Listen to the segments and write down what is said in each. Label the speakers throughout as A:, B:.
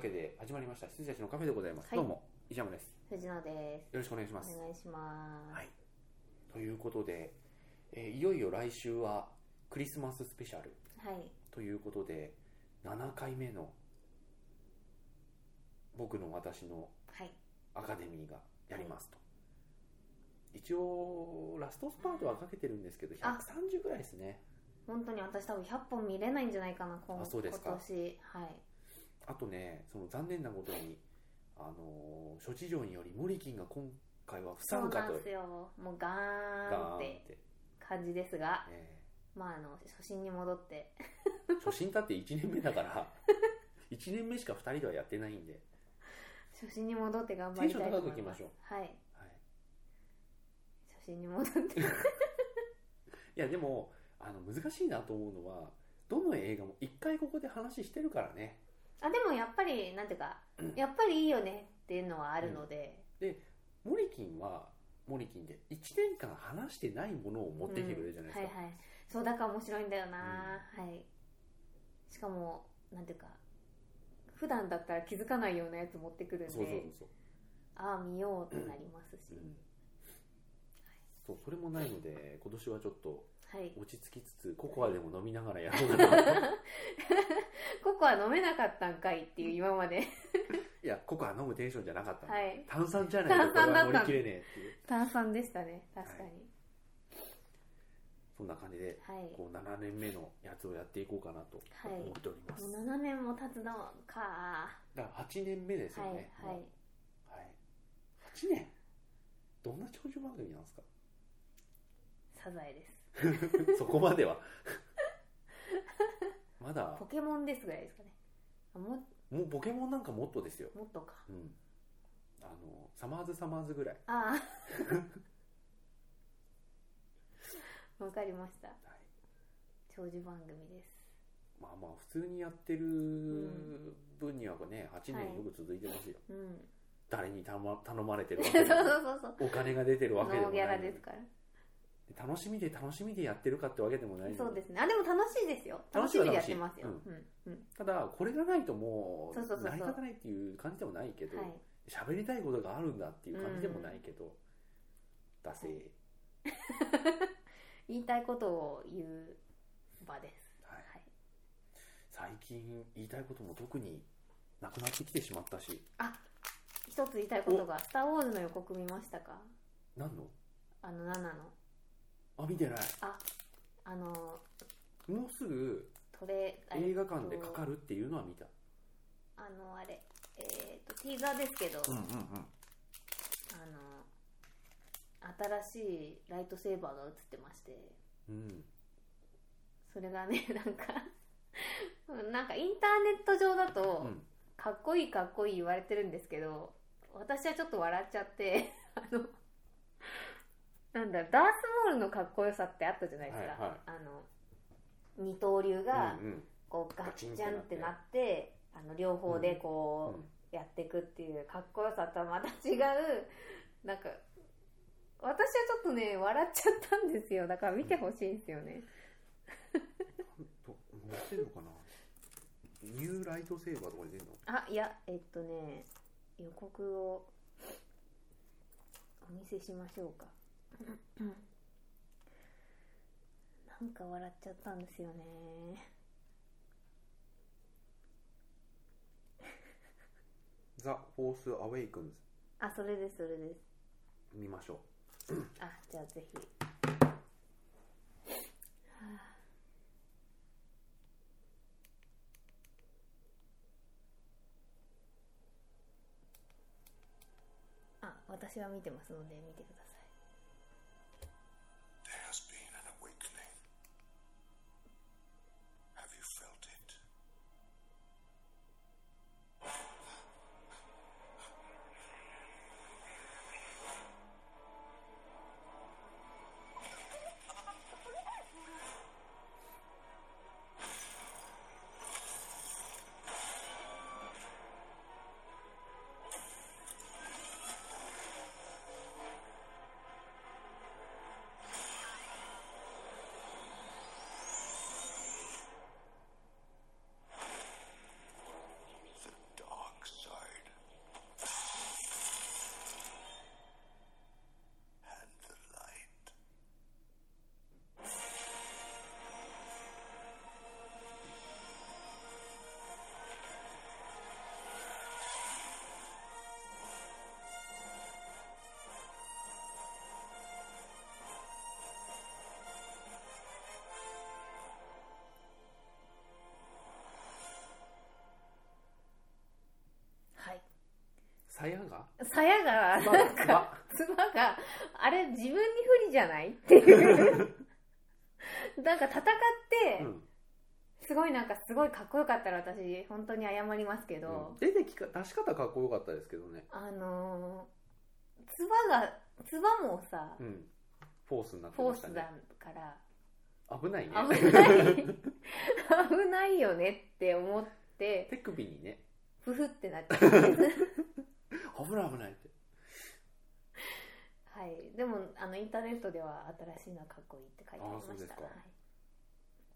A: けで始まりました羊たちのカフェでございます、
B: はい
A: どうも石山です
B: 藤野です。
A: よろしくお願いします
B: お願いします。
A: はいということで、えーいよいよ来週はクリスマススペシャル
B: はい。
A: ということで7回目の僕の私の
B: はい。
A: アカデミーがやりますと、一応ラストスパートはかけてるんですけど
B: あ
A: 130ぐらいですね
B: 本当に私多分100本見れないんじゃないかな、今
A: あそうですか
B: 今年。はい。
A: あとねその残念なことにあのー諸事情によりモリキンが今回は不
B: そう
A: 参加
B: なん
A: と
B: ですよ。もうガ
A: ガ
B: ーン
A: ーン
B: っ
A: って
B: て、感じですが、
A: え
B: まああの、初心に戻って。
A: え初心だって1年目だから1年目しか2人ではやってないんで、
B: 初心に戻って頑張りたいと思いま
A: テンション高く
B: す。
A: いきましょう
B: はい。
A: はい、
B: 初心に戻って。
A: いやでもあの難しいなと思うのはどの映画も1回ここで話してるからね
B: あ、でもやっぱり、なんていうか、やっぱりいいよねっていうのはあるので、
A: モリキンはモリキンで1年間話してないものを持ってきてくれるじゃないですか、
B: はいはいそうだから面白いんだよな、はいしかもなんていうか普段だったら気づかないようなやつ持ってくるんで
A: そうそうそうそう
B: ああ見ようってなりますし、
A: うんそうそれもないので今年はちょっと
B: はい
A: 落ち着きつつココアでも飲みながらやろうかな
B: ココア飲めなかったんかいっていう今まで
A: いやココア飲むテンションじゃなかったの、
B: はい
A: 炭酸じゃないとこれは乗り切れねえっていう
B: 炭酸でしたね確かに
A: そんな感じで
B: はい、
A: こう7年目のやつをやっていこうかなと
B: はい
A: 思っております、
B: もう7年も経つのか
A: だから8年目ですよ
B: はい
A: ね、
B: はい
A: もうはい、8年どんな長寿番組なんですか
B: サザエです
A: そこまでは まだ
B: ポケモンですぐらいですかねあも
A: もうポケモンなんかもっとですよ、
B: もっとか
A: うん、あのサマーズサマーズぐらい、
B: ああわかりました
A: はい
B: 長寿番組です
A: まあまあ普通にやってる分にはね8年よく続いてますよ、
B: うん
A: 誰に頼ま頼まれてるわ
B: そ
A: け
B: う
A: でも
B: そう
A: ない
B: そうそう
A: お金が出てるわけでも
B: ノーギャ
A: ない
B: ラ
A: のに
B: ですから
A: 楽しみで楽しみでやってるかってわけでもないのに
B: そうですねあでも楽しいですよ
A: 楽し
B: 楽
A: い
B: し
A: は
B: みでや
A: 楽
B: っ
A: しい
B: てますようんうん
A: ただこれがないとも
B: そうそうそう
A: う
B: そ
A: 成
B: う
A: り立たないっていう感じでもないけど
B: はい
A: 喋、りたいことがあるんだっていう感じでもないけど、だせ、
B: 言いたいことを言う場です
A: はい、
B: はい
A: 最近言いたいことも特になくなってきてしまったし
B: 一つ言いたいことが「スター・ウォーズ」の予告見ましたか
A: 何の
B: あの7の
A: あ見てない
B: あの
A: もうすぐ
B: トレえ
A: 映画館でかかるっていうのは見た、
B: あのあれえっとティーザーですけど
A: うんうん
B: あの新しいライトセーバーが映ってまして
A: うんうん
B: それがね なんかうんなんかインターネット上だと
A: うん
B: かっこいいかっこいい言われてるんですけど私はちょっと笑っちゃって あのなんだろうダース・モールのかっこよさってあったじゃないですか、
A: はいはい
B: あの二刀流が
A: うんうん
B: こうガ
A: ガ
B: ッ
A: チ
B: チ
A: ン
B: ャ
A: っ
B: ン
A: てなって
B: ってなってあの両方でこう、やっていくっていうかっこよさとはまた違うなんか私はちょっとね笑っちゃったんですよだから見てほしいんですよね、
A: と持ってるのかなニューライトセーバーとかで出るの
B: あいやえっとね予告をお見せしましょうかなんか笑っちゃったんですよね
A: ザ・フォース・アウェイクンズ
B: あそれですそれです
A: 見ましょ
B: あじゃあぜひあ私は見てますので見てください
C: There has been an awakening. Have you felt it?
A: 鞘 が
B: 鞘が
A: つば
B: なん
A: つ
B: か
A: ば
B: つばがあれ自分に不利じゃないっていう なんか戦って、
A: うん
B: すごいなんかすごいかっこよかったら私本当に謝りますけど、
A: 出てきか出し方かっこよかったですけどね、
B: あのーつばがつばもさ、
A: うん、フォースになって
B: フォ
A: ま
B: ー
A: した
B: ス
A: ね
B: だから
A: 危ないね
B: 危ない危ないよねって思って
A: 手首にね
B: ふふってなっち ゃったんです
A: 危ない危ないって
B: はいでもあのインターネットでは新しいのはかっこいいって書いてありま
A: あそうで
B: し
A: す
B: た
A: か
B: はい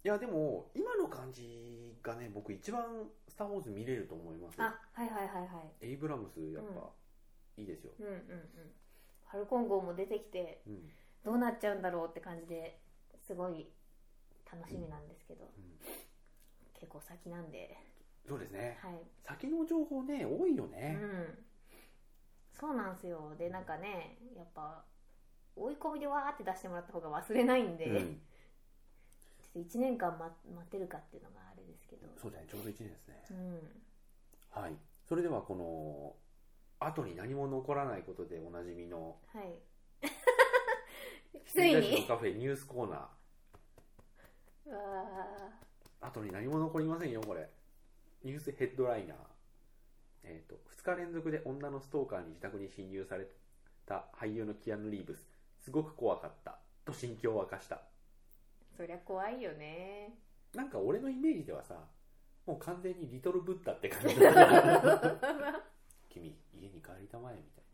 A: いやでも今の感じがね僕一番「スター・ウォーズ」見れると思います
B: あはいはいはいはい
A: エイブラムスやっぱいいですよ、
B: うんうんうんハルコン号も出てきて
A: うん
B: どうなっちゃうんだろうって感じですごい楽しみなんですけ
A: う
B: ど、
A: ん
B: 結構先なんで
A: そうですね
B: はい
A: 先の情報ね多いよね、
B: うん、そうなんですよでなんかねやっぱ追い込みでわーって出してもらった方が忘れないんで、
A: うん
B: ちょっと1年間待待てるかっていうのがあれですけど
A: そうだねちょうど1年ですね、
B: うん
A: はいそれではこの後に何も残らないことでおなじみの
B: はい
A: 羊たち
B: つい
A: の
B: に
A: カフェニュースコーナー
B: わ
A: 後に何も残りませんよこれニュースヘッドライナー、えー、と2日連続で女のストーカーに自宅に侵入された俳優のキアヌ・リーブスすごく怖かったと心境を明かした
B: ーそりゃ怖いよね
A: なんか俺のイメージではさもう完全にリトル・ブッダって感じだ 君家に帰りたまえみたい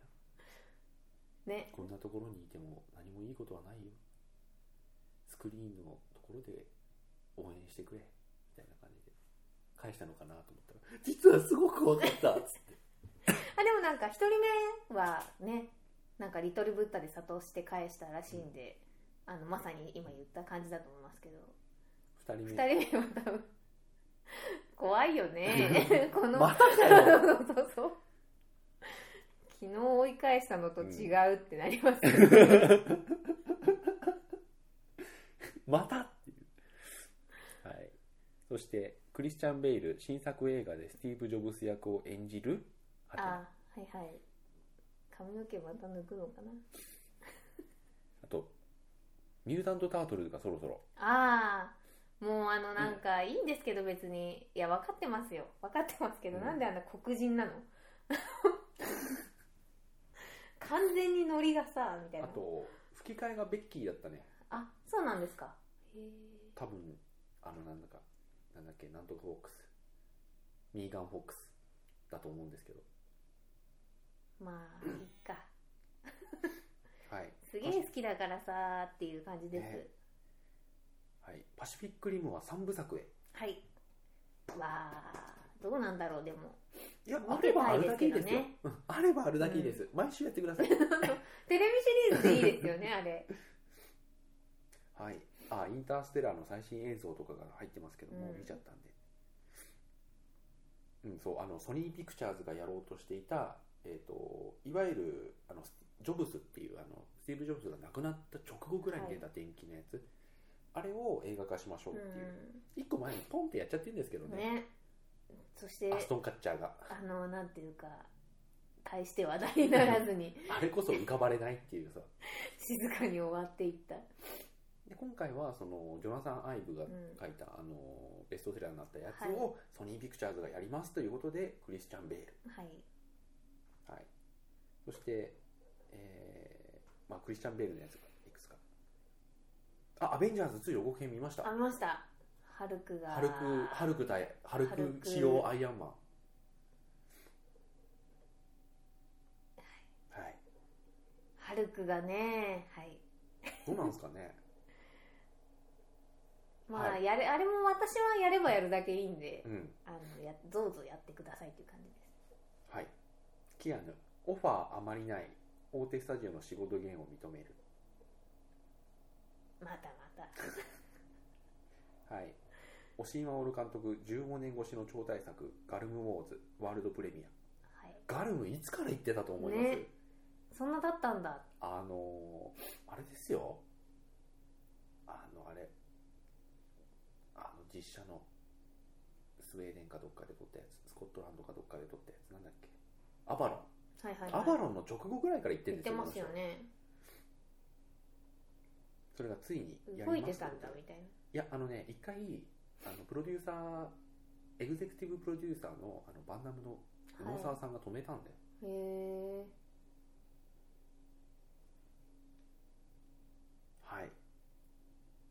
A: な
B: ね
A: こんなところにいても何もいいことはないよスクリーンのところで応援してくれみたいな感じで返したのかなと思ったら実はすごく怖かったっつって
B: あでもなんか1人目はねなんかリトルブッダで諭して返したらしいんで、あのまさに今言った感じだと思いますけど
A: 2人目
B: 2人目は多分怖いよ ねこの、
A: またかよ
B: そうそう昨日追い返したのと違うってなりますよね、
A: またっていう、はい、そしてクリスチャン・ベイル新作映画でスティーブ・ジョブス役を演じるはて
B: あ
A: な
B: はいはい髪の毛また抜くのかな
A: あとミュータント・タートルズがそろそろ
B: ああもうあのなんかいいんですけど別にいや分かってますよ分かってますけど、
A: うん
B: なんであんな黒人なの 完全にノリがさみたい
A: あ
B: な
A: と吹き替えがベッキーだったね
B: あそうなんですかへえ
A: 多分あのなんだかなんだっけなんとかフォックスミーガン・フォックスだと思うんですけど
B: まあいいか
A: はい
B: すげえ好きだからさーっていう感じです、
A: ねはい、パシフィック・リムは3部作へ
B: はいわあどうなんだろうでも
A: いや
B: 見
A: あ
B: て
A: れば
B: た
A: あ
B: い
A: る
B: で
A: だけ
B: すけ
A: いい
B: ど
A: ですよ
B: ね
A: うんあればあるだけいいです、毎週やってください
B: テレビシリーズでいいです よねあれ
A: はい、あインターステラーの最新映像とかが入ってますけども、
B: うん
A: 見ちゃったんで、うん、そうあのソニー・ピクチャーズがやろうとしていた、えー、といわゆるあのジョブズっていうあのスティーブ・ジョブズが亡くなった直後ぐらいに出た電気のやつ、あれを映画化しましょうっていう、
B: う
A: 一個前にポンってやっちゃってるんですけど
B: ん
A: ね
B: ねそして
A: アストン・カッチャーが
B: あのなんていうか大して話題にならずに
A: あれこそ浮かばれないっていうさ
B: 静かに終わっていった
A: で今回はそのジョナサン・アイブが書いた、あのベストセラーになったやつを、ソニー・ピクチャーズがやりますということでクリスチャン・ベール、
B: はい
A: はい、そして、えーまあ、クリスチャン・ベールのやつがいくつかあアベンジャーズ2予告編見ました
B: ありましたハルクが
A: ハルクハルク対ハル
B: ハル
A: ク
B: ク
A: 仕様アイアンマンはい
B: ハルクがねはい
A: どうなんですかね
B: まあ、
A: は
B: やれあれも私はやればやるだけいいんで、
A: うん
B: あのやどうぞやってくださいっていう感じです
A: はいキアヌオファーあまりない大手スタジオの仕事源を認める
B: またまた
A: はい。オシンワオル監督、15年越しの超大作、ガルムウォーズ、ワールドプレミ
B: はい
A: ア。ガルム、いつから行ってたと思います、
B: ねそんなだったんだ
A: あのーあれですよ。あの、あれ。あの、実写の、スウェーデンかどっかで撮ったやつ、スコットランドかどっかで撮ったやつ、なんだっけ。アバロン。
B: はいはい、
A: ア
B: は
A: バ
B: い。
A: ロンの直後ぐらいから行って
B: 言
A: る
B: っ
A: んです
B: て
A: よ
B: ますよね。
A: それがついにやります
B: 動いてたんだみたい
A: いやあのね一回あのプロデューサーエグゼクティブプロデューサーのあのバンダムの
B: な。は
A: 小野。
B: い
A: 沢さんが止めたんだよ、
B: へえ。
A: はい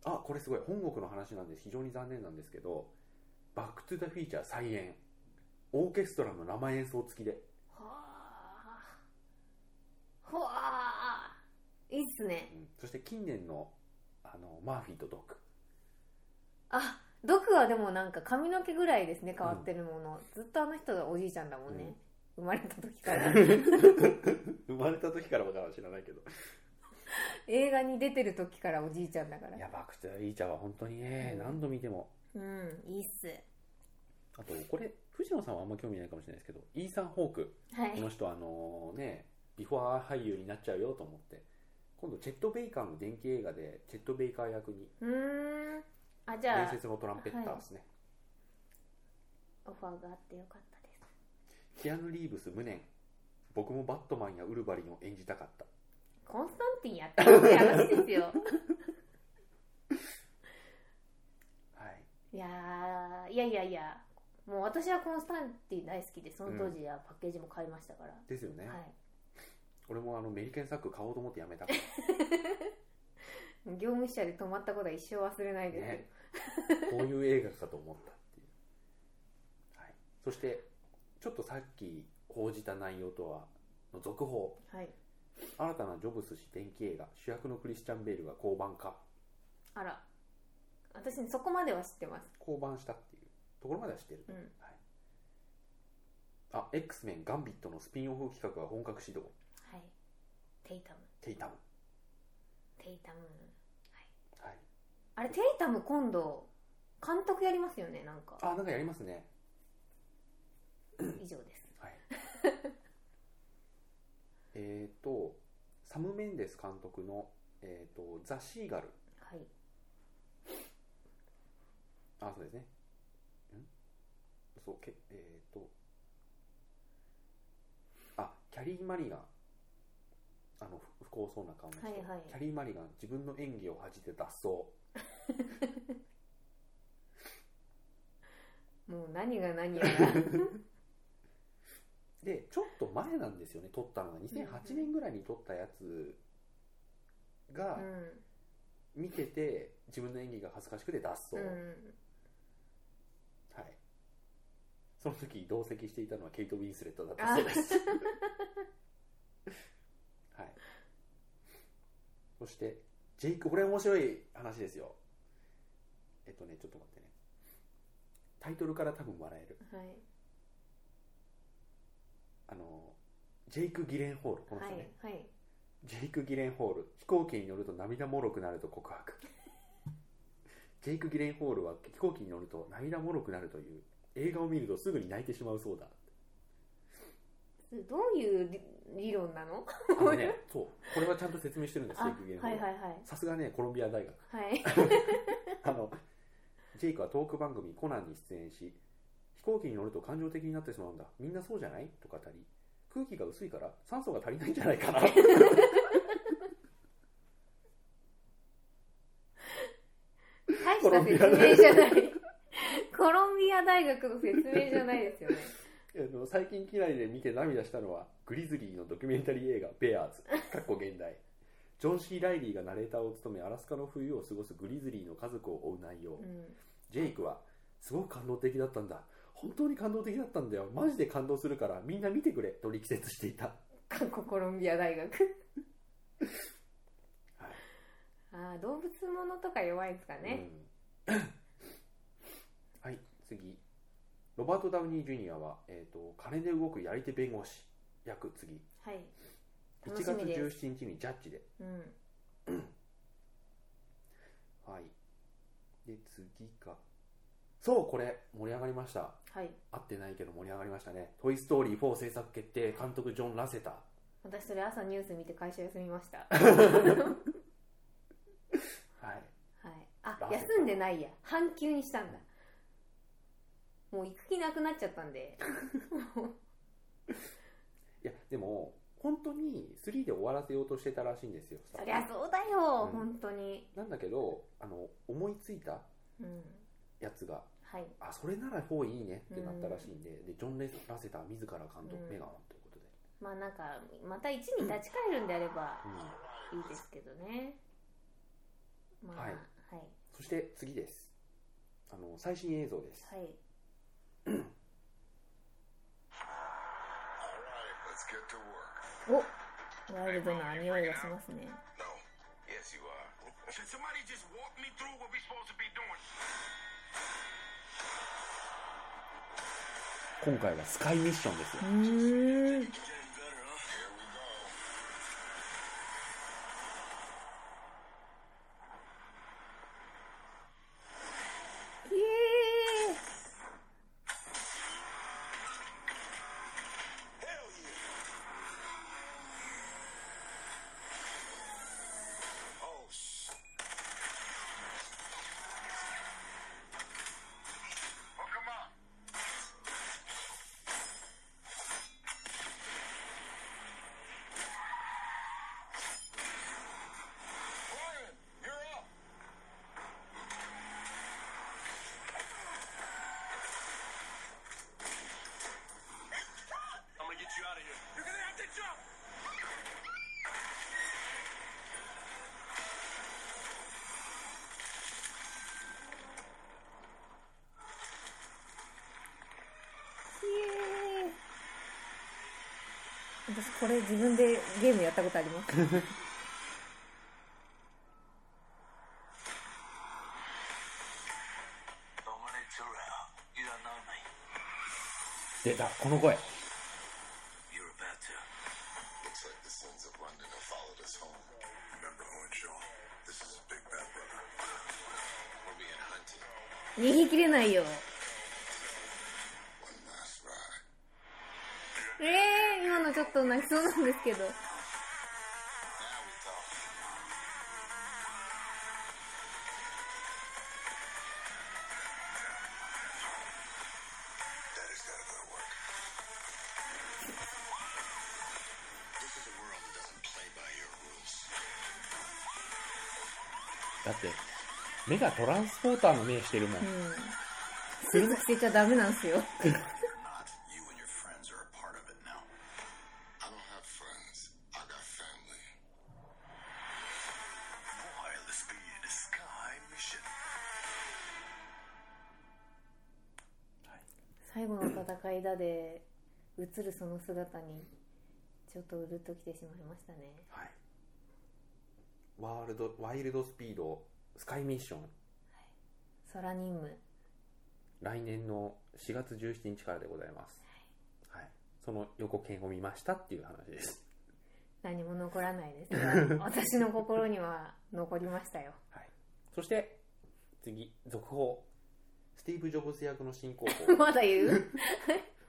A: あこれすごい本国の話なんです非常に残念なんですけど「バック・トゥ・ザ・フィーチャー」再演オーケストラの生演奏付きで
B: はあ。ほあ。いいっすね。
A: うんそして近年のあのマーフィーとドック
B: あ、毒はでもなんか髪の毛ぐらいですね、変わってるもの。ずっとあの人がおじいちゃんだもんね。生まれた時か ら。
A: 生まれた時からかは知らないけど
B: 映画に出てる時からおじいちゃんだか
A: い
B: ら。
A: やバック・トゥ・ザ・フィーチャーは本当にね、
B: うん
A: 何度見ても
B: うん、いいっす。
A: あとこれ藤野さんはあんま興味ないかもしれないですけどイーサン・ホーク
B: は
A: こ
B: い。
A: の人あのねビフォア俳優になっちゃうよと思って今度チェット・ベイカーの電気映画でチェット・ベイカー役に
B: うーん。あ、じゃ
A: 伝
B: あ、
A: 説のトランペッターですね、
B: オファーがあってよかったです。
A: キアヌ・リーブス無念僕もバットマンやウルヴァリンを演じたかった
B: コンスタンティンやってるって話です よ。
A: はい
B: いやーいやいやいや、もう私はコンスタンティン大好きで、その当時はパッケージも買いましたから。
A: ですよね、
B: はい。
A: 俺もあのメリケンサック買おうと思ってやめたから
B: 業務者で泊まったことは一生忘れないです。
A: ねこういう映画かと思ったっていう、はい、そしてちょっとさっき報じた内容とはの続報
B: はい。
A: 新たなジョブス氏電気映画主役のクリスチャン・ベールが降板か
B: あら。私、そこまでは知ってます。
A: 降板したっていうところまでは知ってる
B: うん。
A: あ X メンガンビットのスピンオフ企画が本格始動
B: はい。テイタム。
A: テイタム
B: テイタム。
A: はい
B: あれ、テイタム今度、監督やりますよね、なんか。
A: あなんかやりますね
B: 以上です。
A: はい えっとサム・メンデス監督の「えー、とザ・シーガル」
B: はい。
A: あ、そうですね。んそう、けえっ、と、あ、キャリー・マリガン。あの、ふ不幸そうな顔の人、
B: はいはい
A: キャリー・マリガン、自分の演技を恥じて脱走。
B: もう何が何やら。
A: で、ちょっと前なんですよね、撮ったのが。2008年ぐらいに撮ったやつが
B: う、ん。
A: 見てて、自分の演技が恥ずかしくて脱走。
B: うん。
A: はい。その時同席していたのはケイト・ウィンスレットだったそう です。はい。そして、ジェイク、これ面白い話ですよ。えっとね、ちょっと待ってね。タイトルから多分笑える。
B: はい。
A: あの、ジェイク・ギレンホール、この
B: は
A: 人ね。
B: い。はい。
A: ジェイク・ギレンホール飛行機に乗ると涙もろくなると告白 ジェイク・ギレンホールは飛行機に乗ると涙もろくなるという映画を見るとすぐに泣いてしまうそうだ
B: どういう理理論なの
A: あのねそうこれはちゃんと説明してるんですジェイク・ギレンホ
B: は
A: ー
B: い
A: ル
B: はい
A: さすがねコロンビア大学
B: はい。 はい。
A: あのジェイクはトーク番組「コナン」に出演し飛行機に乗ると感情的になってしまうんだみんなそうじゃないと語り空気が薄いから酸素が足りないんじゃないかな
B: 大した説明じゃない。コロンビア大学の説明じゃないですよね。
A: あの最近機内で見て涙したのはグリズリーのドキュメンタリー映画「ベアーズ」かっこ現代ジョン・シー・ライリーがナレーターを務めアラスカの冬を過ごすグリズリーの家族を追う内容、
B: うん。
A: ジェイクは「すごく感動的だったんだ本当に感動的だったんだよマジで感動するからみんな見てくれ」と力説していた、
B: 過去コロンビア大学。
A: はい
B: ああ、動物ものとか弱いですかね。
A: うん はい次ロバート・ダウニー・ジュニアは、えー、と金で動くやり手弁護士役次
B: はい。
A: 1
B: 楽
A: 月
B: しみです
A: 17日にジャッジで
B: うん。
A: はい。で、次が。そう、これ、盛り上がりました。
B: はい。
A: 合ってないけど盛り上がりましたね。トイ・ストーリー4制作決定、監督ジョン・ラセター。
B: 私それ朝ニュース見て会社休みました。
A: はい。
B: はい。あ、休んでないや。半休にしたんだ。もう行く気なくなっちゃったんで。
A: いやでも本当に3で終わらせようとしてたらしいんですよ
B: そりゃそうだよ、
A: うん
B: 本当に
A: なんだけどあの思いついた
B: うん
A: やつが
B: はい
A: あそれなら4いいねってなったらしいんで,、でジョン・レラセター自ら監督、
B: うん
A: メガホンということで、
B: まあなんかまた1に立ち返るんであれば
A: うん
B: いいですけどねまあ
A: は
B: はいい
A: そして次ですあの最新映像です、
B: はい、
C: All right, let's get to work.
B: おワイルドな匂いがしますね
C: No. Yes, you are. Can somebody just walk me through what we're supposed to be doing?
A: 今回はスカイミッションですよ
B: う、ーん
C: Getting better, huh? Here we go.
B: イエーイ
C: Hell yeah. Oh, sh. Hook 'em up. Brian, you're up. I'm gonna get you out of here. You're gonna have to jump.
B: 私これ自分でゲームやったことあります
C: Dominic Terrell, you don't know me.
A: 出たこの声
C: You're about to. Looks like the sons of London have followed us home. Remember Owen Shaw? This is Big Bad Brother. We're being hunted.
B: 逃げ切れないよ
C: One last ride.
B: ええー、今のちょっと泣きそうなんですけど
C: Now we talk. Daddy's gotta go to work. This is a world that doesn't play by your rules.
A: だって目がトランスポーターの目してるもん、
B: スーツ着せちゃダメなんですよ
C: not, you and your friends are a part of it now. I don't have friends. I got family. Boy, let's be in the sky mission.
B: 最後の戦いだで映るその姿にちょっとうるっときてしまいましたね
A: はい、ワールドワイルドスピードスカイミッション
B: 空任務
A: 来年の4月17日からでございます、はいその予告編を見ましたっていう話です、
B: 何も残らないですが私の心には残りましたよ
A: はい、そして次続報スティーブ・ジョブズ役の新候補
B: まだ言う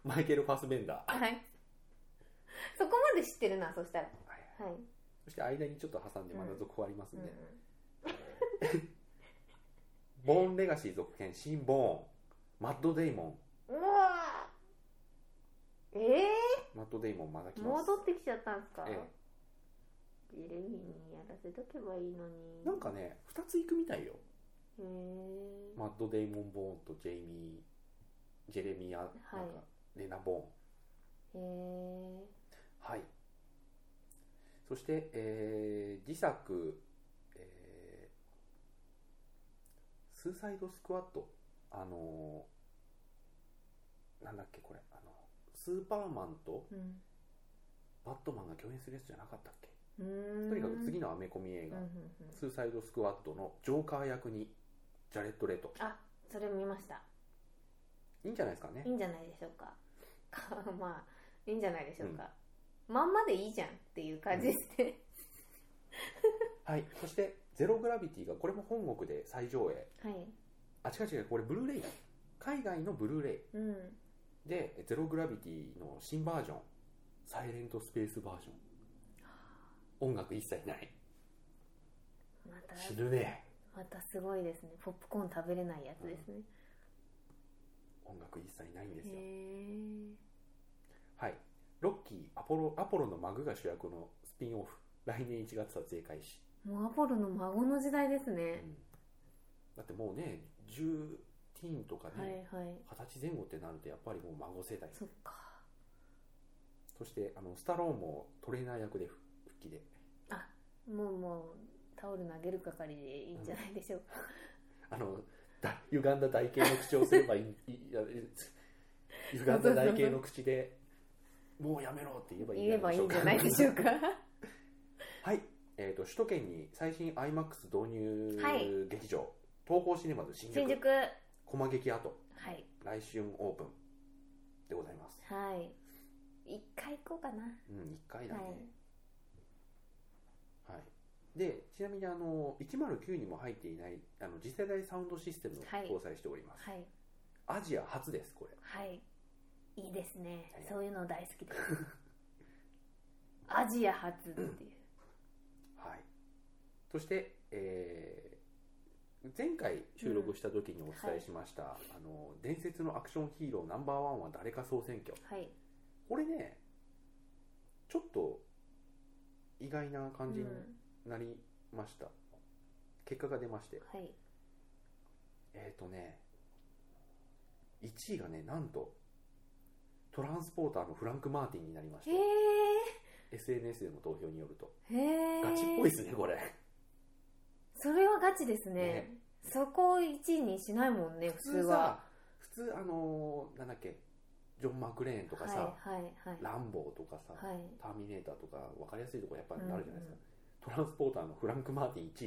A: マイケル・ファスベンダー、は
B: はいそこまで知ってるなそしたら
A: い、
B: はい、
A: そして間にちょっと挟んでまだ続報あります
B: うんん
A: で、ボーン・レガシー続編新ボーンマッド・デイモ
B: うわーえ
A: ンマッド・デイモンまだ来
B: ー、
A: ます
B: 戻ってきちゃったんですか、
A: え
B: ジレミにやらせとけばいいのに
A: なんかね2つ行くみたいよ
B: へえ
A: マッド・デイモン・ボーンとジェイミー・ジェレミア、なんかレナ・ボーン
B: へえ
A: はい。そして、えー、次作、えー、スーサイドスクワット、あのーなんだっけこれ、あの、スーパーマンと
B: うん
A: バットマンが共演するやつじゃなかったっけ
B: うーん
A: とにかく次のアメコミ映
B: うんう
A: 画、
B: んうん
A: スーサイドスクワットのジョーカー役にジャレット・レト。
B: あそれ見ました
A: いいんじゃないですかね
B: いい。んじゃないでしょうかかまあいいんじゃないでしょうか、まんまでいいじゃんっていう感じですね、
A: はい。そして、ゼログラビティが、これも本国で再上映。
B: はい
A: あ、違う違う、これブルーレイだ。海外のブルーレイ。
B: うん
A: で、ゼログラビティの新バージョン、サイレントスペースバージョン。音楽一切ない。
B: また
A: 死ぬね。
B: またすごいですねポップコーン食べれないやつですね、
A: 音楽一切ないんですよ。
B: へえ
A: はい。ロッキーアポロアポロのマグが主役のスピンオフ来年1月撮影開始、
B: もうアポロの孫の時代です
A: う
B: ね、
A: ん、だってもうね10ティーンとか
B: はい
A: ね、
B: はい
A: 二十歳前後ってなるとやっぱりもう孫世代
B: そっか
A: そしてあのスタローンもトレーナー役で復帰で
B: あもうもうタオル投げる係でいいんじゃないでしょうか、
A: あのだ歪んだ台形の口をすればい いいいやい歪んだ台形の口でもうやめろって言えばいいん
B: 言えばいいんじゃないで
A: ょ
B: し
A: う
B: ょうか
A: か はい、えー、と首都圏に最新 iMAX 導
B: はい
A: 入劇場、東宝シネマズ新宿
B: 新宿は
A: 駒劇跡
B: い
A: 来春オープンでございます
B: はい一回行こうかな
A: うん1回だね
B: はい
A: はい、でちなみにあの109にも入っていないあの次世代サウンドシステムを
B: はい
A: 搭載しております、
B: はい
A: アジア初ですこれ
B: はいいいですね
A: はい
B: そういうの大好きですアジア初っていう
A: はい、そして、えー前回収録した時にお伝えしました、あの伝説のアクションヒーローナンバーワンは誰か総選挙
B: はい
A: これねちょっと意外な感じに
B: うん
A: なりました、結果が出まして
B: はい
A: えっ、とね1位がねなんとトランスポーターのフランク・マーティンになりました
B: へ
A: SNS での投票によると
B: えへえ
A: ガチっぽいですねこれ
B: それはガチですね
A: ね
B: そこを1位にしないもんね普
A: 普
B: 通
A: 通
B: は
A: さ普通あのーなんだっけジョン・マクレーンとかさ、
B: はいはいはい
A: ランボーとかさ、
B: はい
A: ターミネーターとか分かりやすいとこやっぱりなるじゃないですか、トランスポーターのフランク・マーティン1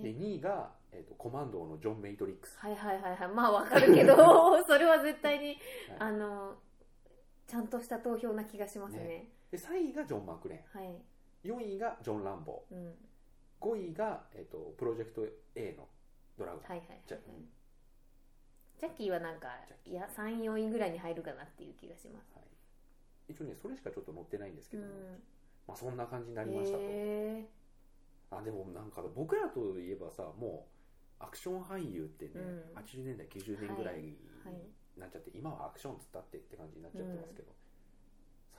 A: 位
B: え
A: で2位が、えー、とコマンドーのジョン・メイトリックス
B: はいはいはいはいまあわかる けどそれは絶対に、
A: は
B: あのちゃんとした投票な気がしますね
A: ねで3位がジョン・マクレーン
B: はい
A: 4位がジョン・ランボ
B: うん
A: ー5位が、えー、とプロジェクト A のドラゴン、
B: はいはいはい
A: じゃ
B: ジャッキーはなんか
A: ジャッキー
B: いや34位ぐらいに入るかなっていう気がします
A: 一応ねそれしかちょっと載ってないんですけ
B: う
A: ども、
B: ん
A: まあ、そんな感じにな
B: あ
A: りましたと、
B: へ
A: あでもなんか僕らといえばさもうアクション俳優ってね、
B: うん
A: 80年代90年ぐらいに
B: はいはい
A: なっちゃって、今はアクションっつったってって感じになっちゃってますけど、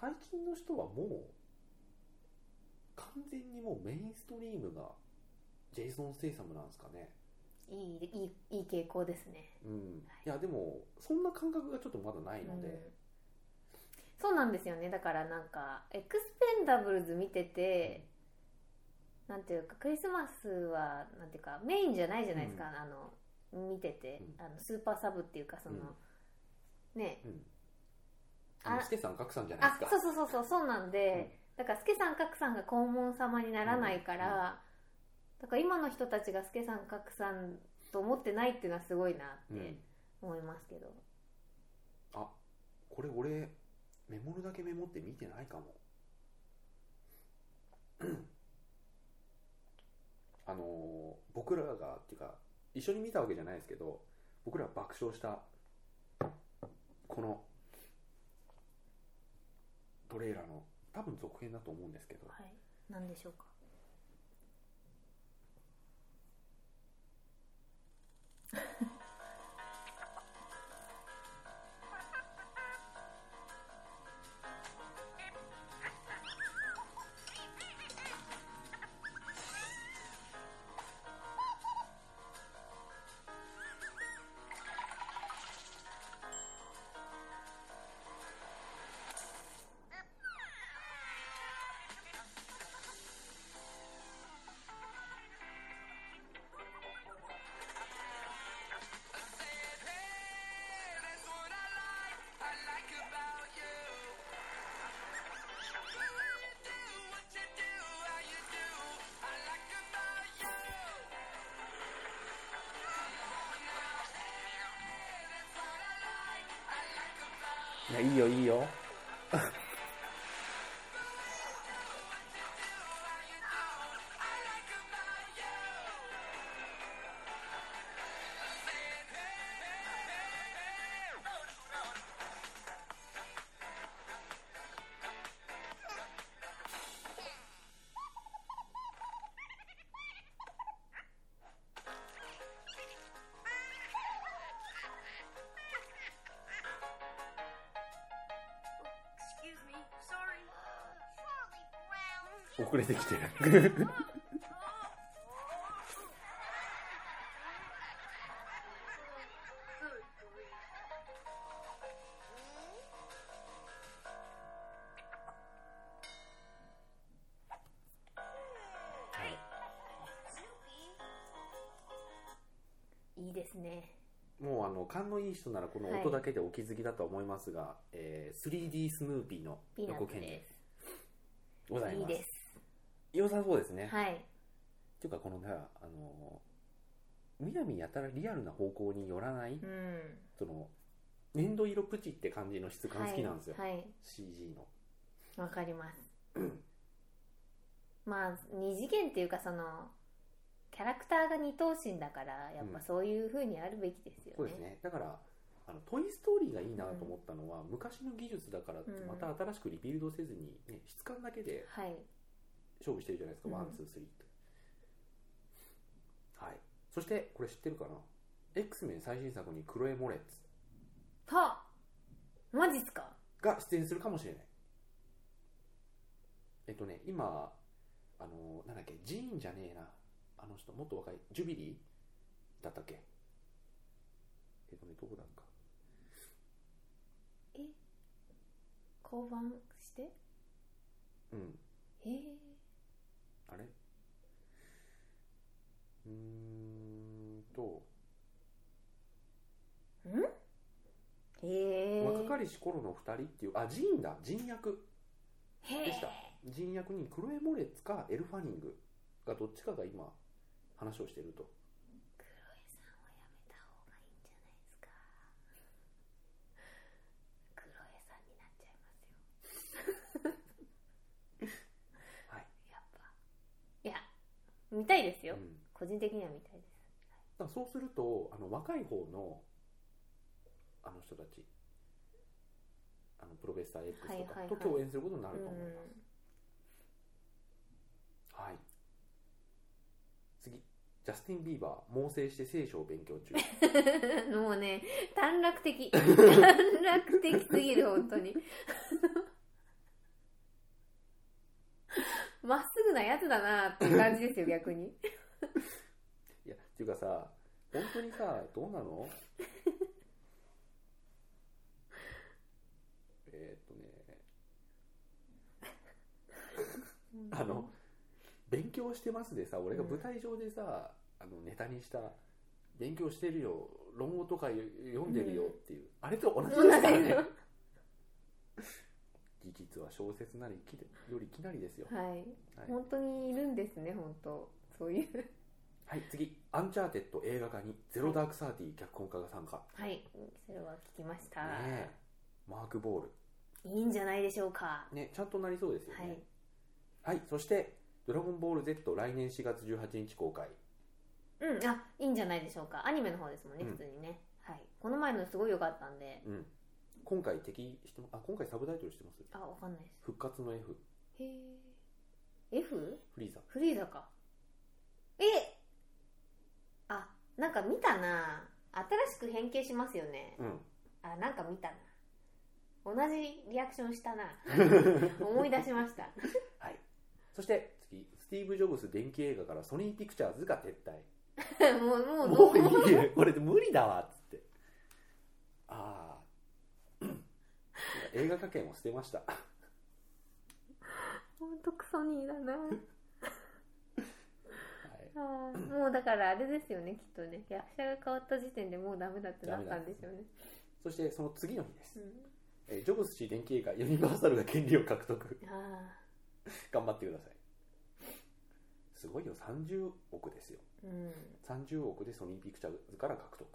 A: 最近の人はもう完全にもうメインストリームがジェイソン・ステイサムなんですかね
B: えいいいいいい傾向ですね
A: うんいやでもそんな感覚がちょっとまだないので、
B: うんそうなんですよねだからなんかエクスペンダブルズ見てて、なんていうかクリスマスはなんていうかメインじゃないじゃないですか、
A: う
B: あの見てて、
A: う
B: あのスーパーサブっていうかその、ね
A: うんあの
B: あ
A: スケさん格さんじゃない
B: あ
A: ですか
B: そうそうそうそうそうなんで、だからスケさん格さんが黄門様にならないから、
A: うん
B: だから今の人たちがスケさん格さんと思ってないっていうのはすごいなって思いますけど、
A: あこれ俺メモるだけメモって見てないかも あのー僕らがっていうか一緒に見たわけじゃないですけど僕ら爆笑したこのトレーラーの多分続編だと思うんですけど
B: はい何でしょうか
A: いやいいよいいよ
D: 地球
A: 遅れてきてる。
B: いいですね
A: もうあの勘のいい人ならこの音だけでお気づきだと思いますが、えー 3D スヌーピーの
B: ピーナッ
A: 横
B: ツ
A: 剣
B: で
A: でござ
B: す
A: い
B: いい
A: ます。
B: です
A: 良さそうですね。
B: はい
A: っていうかこのねあの南やたらリアルな方向に寄らない、
B: うん
A: その粘土色プチって感じの質感好きなんですよ、
B: はいはい
A: CG の
B: わかり ますまあ二次元っていうかそのキャラクターが二頭身だからやっぱそういうふうにあるべきですよね、
A: そうですねだからあの「トイ・ストーリー」がいいなと思ったのは、昔の技術だからって
B: うん
A: また新しくリビルドせずに、ね、質感だけで
B: はい
A: 勝負してるじゃないですか、
B: うん
A: ワンツースリーってはいそしてこれ知ってるかな X メン最新作にクロエ・モレッツ
B: はあマジっすか
A: が出演するかもしれないえっとね今あのなんだっけジーンじゃねえなあの人もっと若いジュビリーだったっけえっとねどこだっか
B: え降板して
A: うん
B: えー、
A: あれうーんと
B: え
A: 若かりし頃の2人っていうあジーンだジーン役
B: へえ
A: でしたジーン役にクロエ・モレッツかエル・ファニングがどっちかが今話をしてると
B: 黒江さんをやめた方がいいんじゃないですか黒江さんになっちゃいますよ
A: はい
B: やっぱいや見たいですよ、
A: うん
B: 個人的には見たいです
A: だからそうするとあの若い方のあの人たちあのプロフェッサー X
B: はい
A: と
B: はいは
A: かと
B: い
A: 共演することになると思います、
B: う
A: はい次ジャスティン・ビーバー猛省して聖書を勉強 中
B: ん もうね短絡 的短絡的すぎる本当に まっすぐなやつだなっていう感じですよ逆に
A: いやっていうかさ本当にさどうな のえーっとねあの勉強してますでさ俺が舞台上でさ、あのネタにした勉強してるよ論語とか読んでるよっていう、あれと同じです からね
B: は
A: 技術は小説なりきよりきなりですよ
B: い
A: はい、
B: 本当にいるんですね本当そういう
A: はい、次「アンチャーテッド映画化にゼロダークサーティー脚本家が参加
B: はいそれは聞きました、」
A: ねえマーク・ボール
B: いいんじゃないでしょうか
A: ねちゃんとなりそうですよ
B: はい
A: ねはい、そして「ドラゴンボール Z」来年4月18日公開
B: うんあいいんじゃないでしょうかアニメの方ですもんね
A: うん
B: 普通にね、はいこの前のすごい良かったんで
A: うん今回敵してもあ今回サブタイトルしてます
B: あわかんないで
A: 復活の F
B: すへえ F?
A: フリーザ
B: フリーザかえあなんか見たな新しく変形しますよね
A: うん
B: あなんか見たな同じリアクション したな思い出しました
A: はいそして次スティーブ・ジョブス電気映画からソニー・ピクチャーズが撤退
B: もうもうど
A: も
B: う
A: ういいよこれで無理だわっつってああ 映画化権を捨てました
B: ほんとクソニーだな
A: はい
B: あーもうだからあれですよねきっとね役者が変わった時点でもうダメだってなったんでしょうね
A: そしてその次の日です
B: う、
A: えージョブス氏電気映画ユニバーサルが権利を獲得
B: ん、あ
A: 頑張ってくださいすごいよ30億ですよ
B: あうんはい
A: 30億でソニーピクチャーズから獲得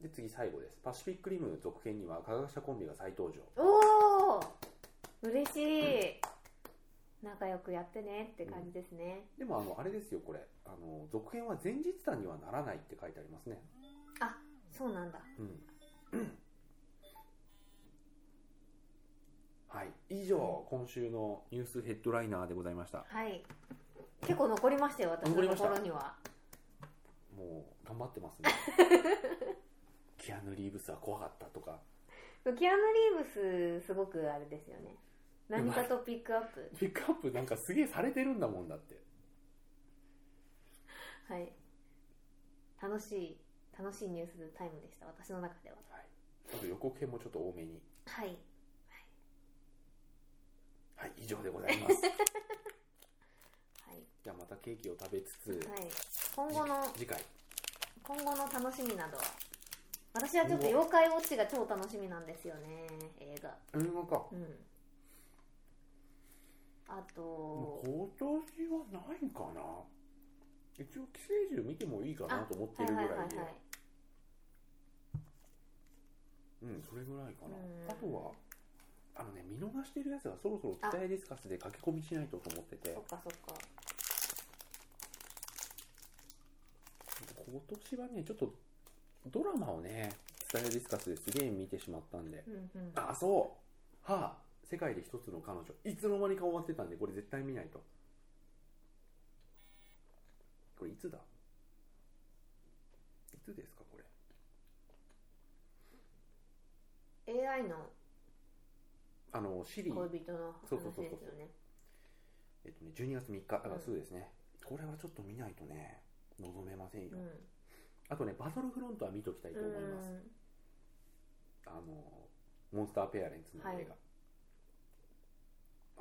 A: で次最後ですパシフィックリム続編には科学者コンビが再登場
B: おお嬉しい、仲良くやってねって感じですね、
A: でもあのあれですよこれあの続編は前日談にはならないって書いてありますね
B: そうなんだ
A: うん はい以上今週のニュースヘッドライナーでございました
B: はい結構残りましたよ私
A: 残り
B: の
A: まし
B: と
A: た
B: ころには
A: もう頑張って ますねキアヌ・リーブスは怖かったとか
B: キアヌ・リーブスすごくあれですよね何かとピックアップ
A: ピックアップなんかすげえされてるんだもんだって
B: はい楽しい楽しいニュースタイムでした私の中では
A: ちょっと予告編もちょっと多めに
B: はい
A: はい以上でございます
B: はい、
A: じゃあまたケーキを食べつつ、
B: はい、今後の
A: 次回
B: 今後の楽しみなどは私はちょっと妖怪ウォッチが超楽しみなんですよね映画
A: 映画か
B: うんあ
A: も
B: と
A: う今年はないかな一応寄生獣見てもいいかなと思って
B: はい
A: るぐ
B: はいはい
A: ら
B: はいい
A: でうんそれぐらいかな
B: うん
A: あとはあのね見逃してるやつはそろそろ「期待ディスカス」で駆け込みしないとと思ってて
B: そっかそっか
A: 今年はねちょっとドラマをね「期待ディスカス」ですげえ見てしまったんで
B: うんうん
A: あそうはあ世界で一つの彼女いつの間にか終わってたんでこれ絶対見ないとこれいつだいつですかこれ
B: AI の
A: あのシリー
B: 恋人の
A: そうそう
B: 話
A: そう
B: ですよね
A: えっとね12月3日だから
B: うん
A: そうですね、これはちょっと見ないとね望めませんよ、
B: うん
A: あとねバトルフロントは見ときたいと思います、
B: うん
A: あのモンスターペアレンツの映画、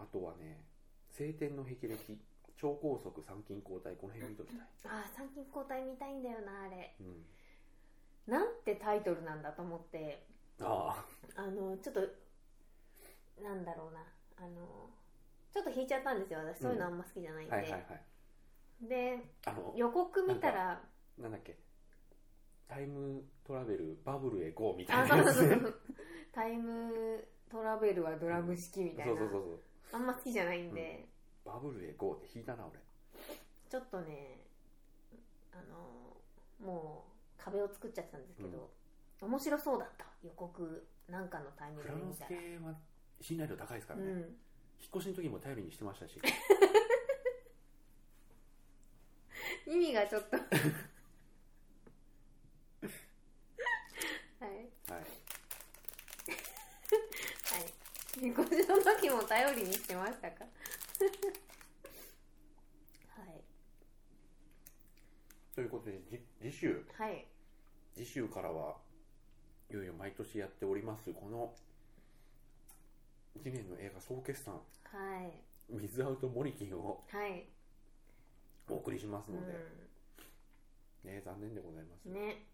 A: あとはね「青天の霹靂」超高速参勤交代この辺見ときたい、
B: あー参勤交代見たいんだよなあれ
A: うん、
B: なんてタイトルなんだと思って
A: ああ
B: あのちょっとなんだろうなあのちょっと引いちゃったんですよ私そういうのあんま好きじゃないんで、
A: はいはいはい
B: で
A: あの
B: 予告見たら
A: なんだっけタイムトラベルバブルへ GO みた
B: あ
A: い
B: そ
A: な
B: う
A: や
B: そ
A: つ
B: う
A: ね
B: そうタイムトラベルはドラム式みた
A: そ
B: いな、
A: うそうそうそう
B: あんま好きじゃないんで、
A: バブルへ GO って引いたな俺
B: ちょっとねあのもう壁を作っちゃったんですけど、面白そうだった予告なんかのタイミング
A: フ
B: で
A: ラノ
B: 見
A: ス
B: たら、
A: 系は信頼度高いですから
B: う
A: ね、
B: ん、
A: 引っ越しの時も頼りにしてました し
B: 意味がち ょっとはい
A: はい
B: はい。猫背の時も頼りにしてましたか は
A: ということでじ次週
B: い。はい。
A: 次週からはいよいよ毎年やっておりますこの1年の映画総決算
B: はい。
A: 「ウィズアウトモリキン」を
B: はい。
A: お送りしますので、
B: う
A: ね残念でございます、
B: ん。ね。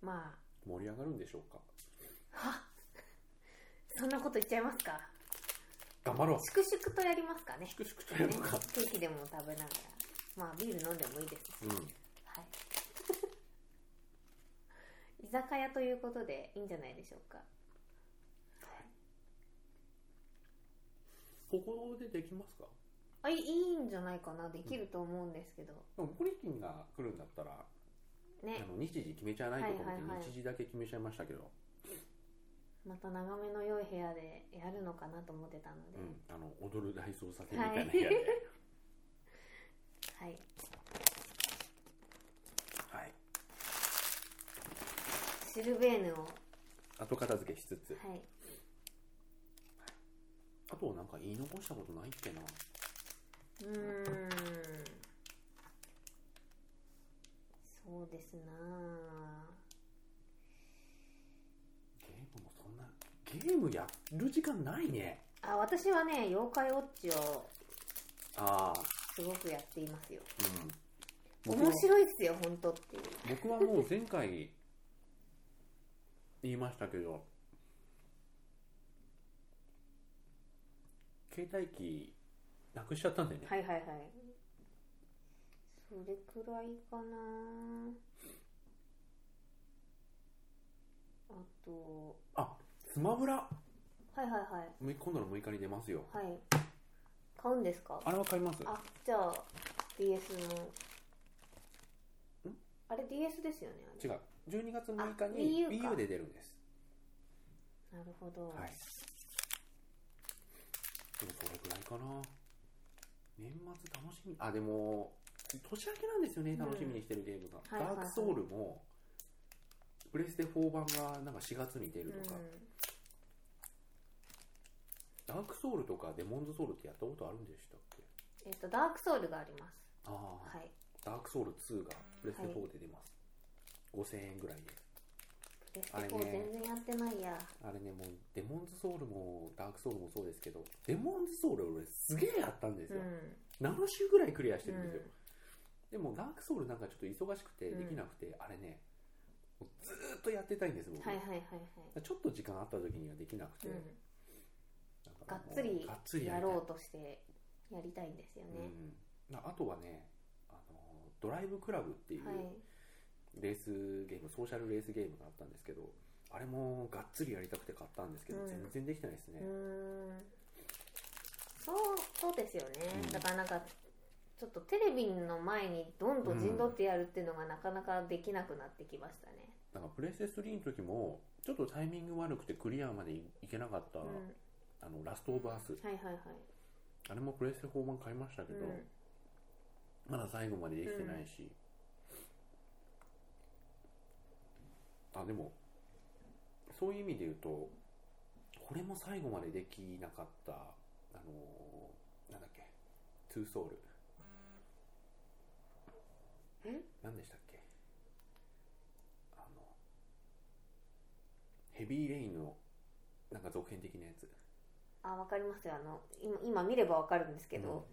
B: ま
A: 盛り上がるんでしょうか
B: あ、はそんなこと言っちゃいますか
A: 頑張ろう
B: 粛々とやりますかね。
A: 粛々とやろうか
B: ねケーキでも食べながら。まあ、ビール飲んでもいいですし。
A: うん
B: はい。 居酒屋ということでいいんじゃないでしょうか。
A: ここでできますか
B: あ、いいいんじゃないかな。できると思うんですけど。
A: でもポリキンが来るんだったら、
B: ね
A: あ。の日時決めちゃわないとと思って、
B: はいはいはい
A: 日時だけ決めちゃいましたけど、
B: また眺めの良い部屋でやるのかなと思ってたので、
A: うん、あの踊る大捜査線みたいな部屋で、
B: はい
A: はい、
B: シルベーヌをは
A: 後片付けしつつ、
B: い
A: あとなんか言い残したことないっけな
B: うーんそうですなあ
A: ゲームもそんなゲームやる時間ないね
B: あ私はね妖怪ウォッチを
A: ああ
B: すごくやっていますよ
A: うん
B: 面白いっすよ本当っていう
A: 僕はもう前回言いましたけど携帯機なくしちゃったんだよね、
B: はいはいはいそれくらいかなあと
A: あスマブラ
B: はいはいはい
A: 6今度の6日に出ますよ
B: はい買うんですか
A: あれは買います
B: あじゃあ DS の
A: ん
B: あれ DS ですよねあ
A: 違
B: れ
A: う12月6日
B: あ EU
A: に
B: か
A: EU で出るんです
B: なるほど、
A: はいでもそれぐらいかな年末楽しみあでも年明けなんですよね
B: ん
A: 楽しみにしてるゲームが、
B: はいはいは
A: ダ
B: い
A: ークソウルもプレステ4版がなんか4月に出
B: う
A: る
B: ん
A: とか、あダークソウルとかデモンズソウルってやったことあるんでしたっけ
B: えっとダークソウルがあります
A: ああ、
B: はい
A: ダークソウル2がプレステ4で出ます、5000円ぐらいで
B: プレステ
A: あれね
B: 4全然やってないや
A: あれねもうデモンズソウルもダークソウルもそうですけどデモンズソウル俺すげえやったんです
B: うん
A: よ、7週ぐらいクリアしてるんですよ、
B: う
A: でもダークソウルなんかちょっと忙しくてできなくて、あれねもうずーっとやってたいんです
B: ん
A: 僕、
B: はいはいはい
A: ちょっと時間あった時にはできなくて、
B: はい
A: だから
B: がっ
A: もう
B: つり
A: がっつり
B: や
A: りたい
B: ろうとしてやりたいんですよね
A: うん、あとはねあのドライブクラブっていう
B: はい
A: レースゲーム、ソーシャルレースゲームがあったんですけどあれもがっつりやりたくて買ったんですけど、
B: うん
A: 全然できてないですね
B: う、ーんそうそうですよね、
A: うん
B: だからなんかちょっとテレビの前にどんどん陣取ってやるっていうのがなかなかできなくなってきましたね、
A: なんかプレイステ3の時もちょっとタイミング悪くてクリアまでいいけなかった、
B: うん
A: あのラストオブアース
B: はいはいはい
A: あれもプレイステ4版買いましたけど、
B: うん
A: まだ最後までできてないし、あでもそういう意味で言うとこれも最後までできなかったあのーなんだっけトゥーソウル
B: ん
A: 何でしたっけあのヘビーレインのなんか続編的なやつ
B: あわかりますよあの今今見ればわかるんですけど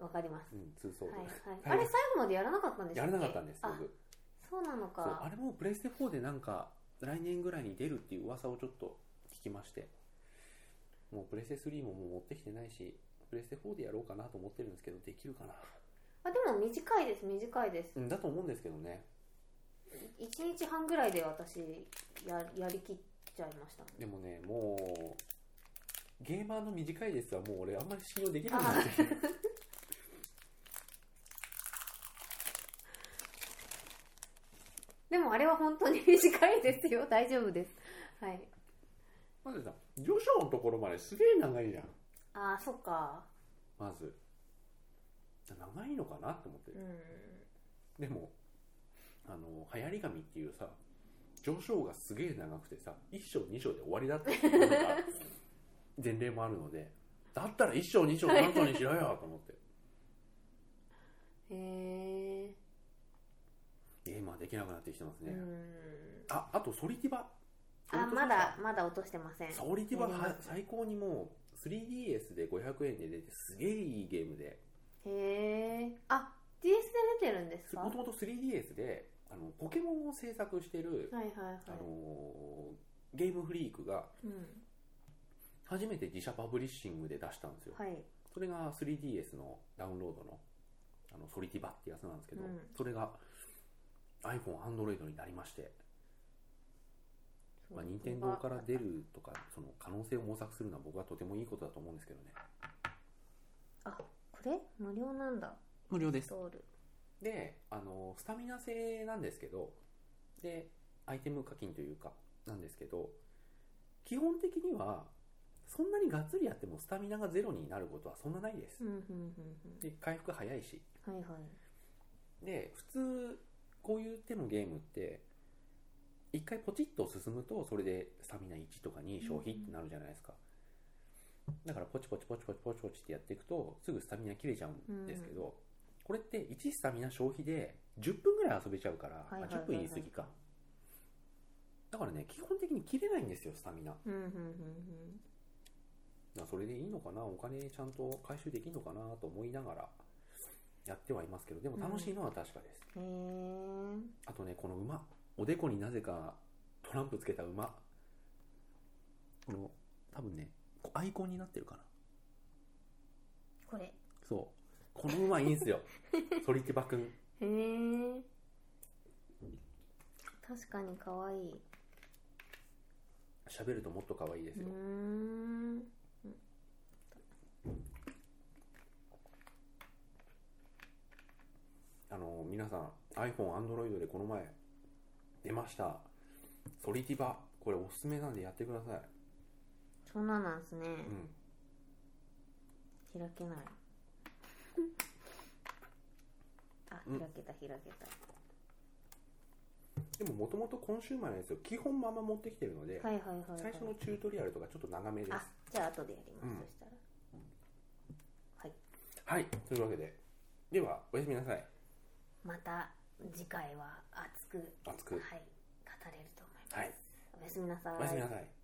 B: わ、かります
A: うんトゥーソウ
B: はい
A: ル、
B: はい、
A: はい
B: あれ最後までやらなかったんでし た
A: や
B: っ
A: ら
B: け
A: なかったんです
B: あ
A: 僕
B: そうなのか
A: そうあれもプレステ4でなんか来年ぐらいに出るっていう噂をちょっと聞きましてもうプレステ3ももう持ってきてないしプレステ4でやろうかなと思ってるんですけどできるかな、
B: あでも短いです短いです
A: うん、だと思うんですけどね
B: 1日半ぐらいで私ややりきっちゃいましたもん
A: でもねもうゲーマーの短いですはもう俺あんまり信用できないん
B: あ
A: ですよ
B: でもあれは本当に短いですよ 大丈夫ですはい
A: まずさ序章のところまですげえ長いじゃん
B: ああそっか
A: まず長いのかなと思って
B: うん
A: でもあの流行り紙っていうさ上昇がすげえ長くてさ1章2章で終わり だったっていうのが前例もあるのでだったら1章2章3章にしろよと思って
B: へえ
A: ゲームはできなくなってきてます
B: う
A: ね、
B: ん
A: ああとソリティバ
B: あまだまだ落としてません
A: ソリティバ
B: やりま
A: は
B: す
A: 最高にもう 3DS で500円で出てすげえいいゲームで
B: へえあ DS で出てるんですか
A: もともと 3DS であのポケモンを制作してる、
B: はいはいはい
A: あのーゲームフリークが
B: うん
A: 初めて自社パブリッシングで出したんですよ、
B: はい
A: それが 3DS のダウンロードのあのソリティバってやつなんですけど、
B: うん
A: それが iPhone、Android になりまして、まあ、任天堂から出るとかその可能性を模索するのは僕はとてもいいことだと思うんですけどね
B: あこれ無料なんだ
A: 無料で
B: ソウル
A: であのスタミナ制なんですけどでアイテム課金というかなんですけど基本的にはそんなにがっつりやってもスタミナがゼロになることはそんなないです
B: うんうんうん
A: で回復早いし
B: うんはいはい
A: で普通こういう手のゲームって一回ポチッと進むとそれでスタミナ1とか2消費ってなるじゃないですか、だからポチポチポチポチポチポチってやっていくとすぐスタミナ切れちゃうんですけど、これって1スタミナ消費で10分ぐらい遊べちゃうから、
B: いはいはいはい
A: あ10分言い過ぎかだからね基本的に切れないんですよスタミナだか
B: うんうんうんうん
A: らそれでいいのかなお金ちゃんと回収できるのかなと思いながらやってはいますけどでも楽しいのは確かです、
B: へえ
A: あとね、この馬。おでこになぜかトランプつけた馬。この、多分ね、こうアイコンになってるかな。
B: これ
A: そう。この馬いいんす よ。ソリティバくん。
B: へえ確かに可愛い
A: 喋るともっと可愛いです
B: うー
A: よ。
B: ん
A: あの、皆さん、iPhone、Android でこの前、出ました。ソリティバ。これおすすめなんでやってください。
B: そんななんですね、
A: うん。
B: 開けないあ
A: うん
B: 開けた開けた
A: でももともとコンシューマーのやつを基本まま持ってきてるので、
B: はいはいはい、は
A: 最
B: い、
A: 初のチュートリアルとかちょっと長めです
B: あじゃあ後でやります、
A: うん
B: そしたらはい
A: はいというわけでではおやすみなさい
B: また次回は熱く
A: 熱く
B: はい語れると思います、
A: はい
B: おやすみなさい
A: おやすみなさい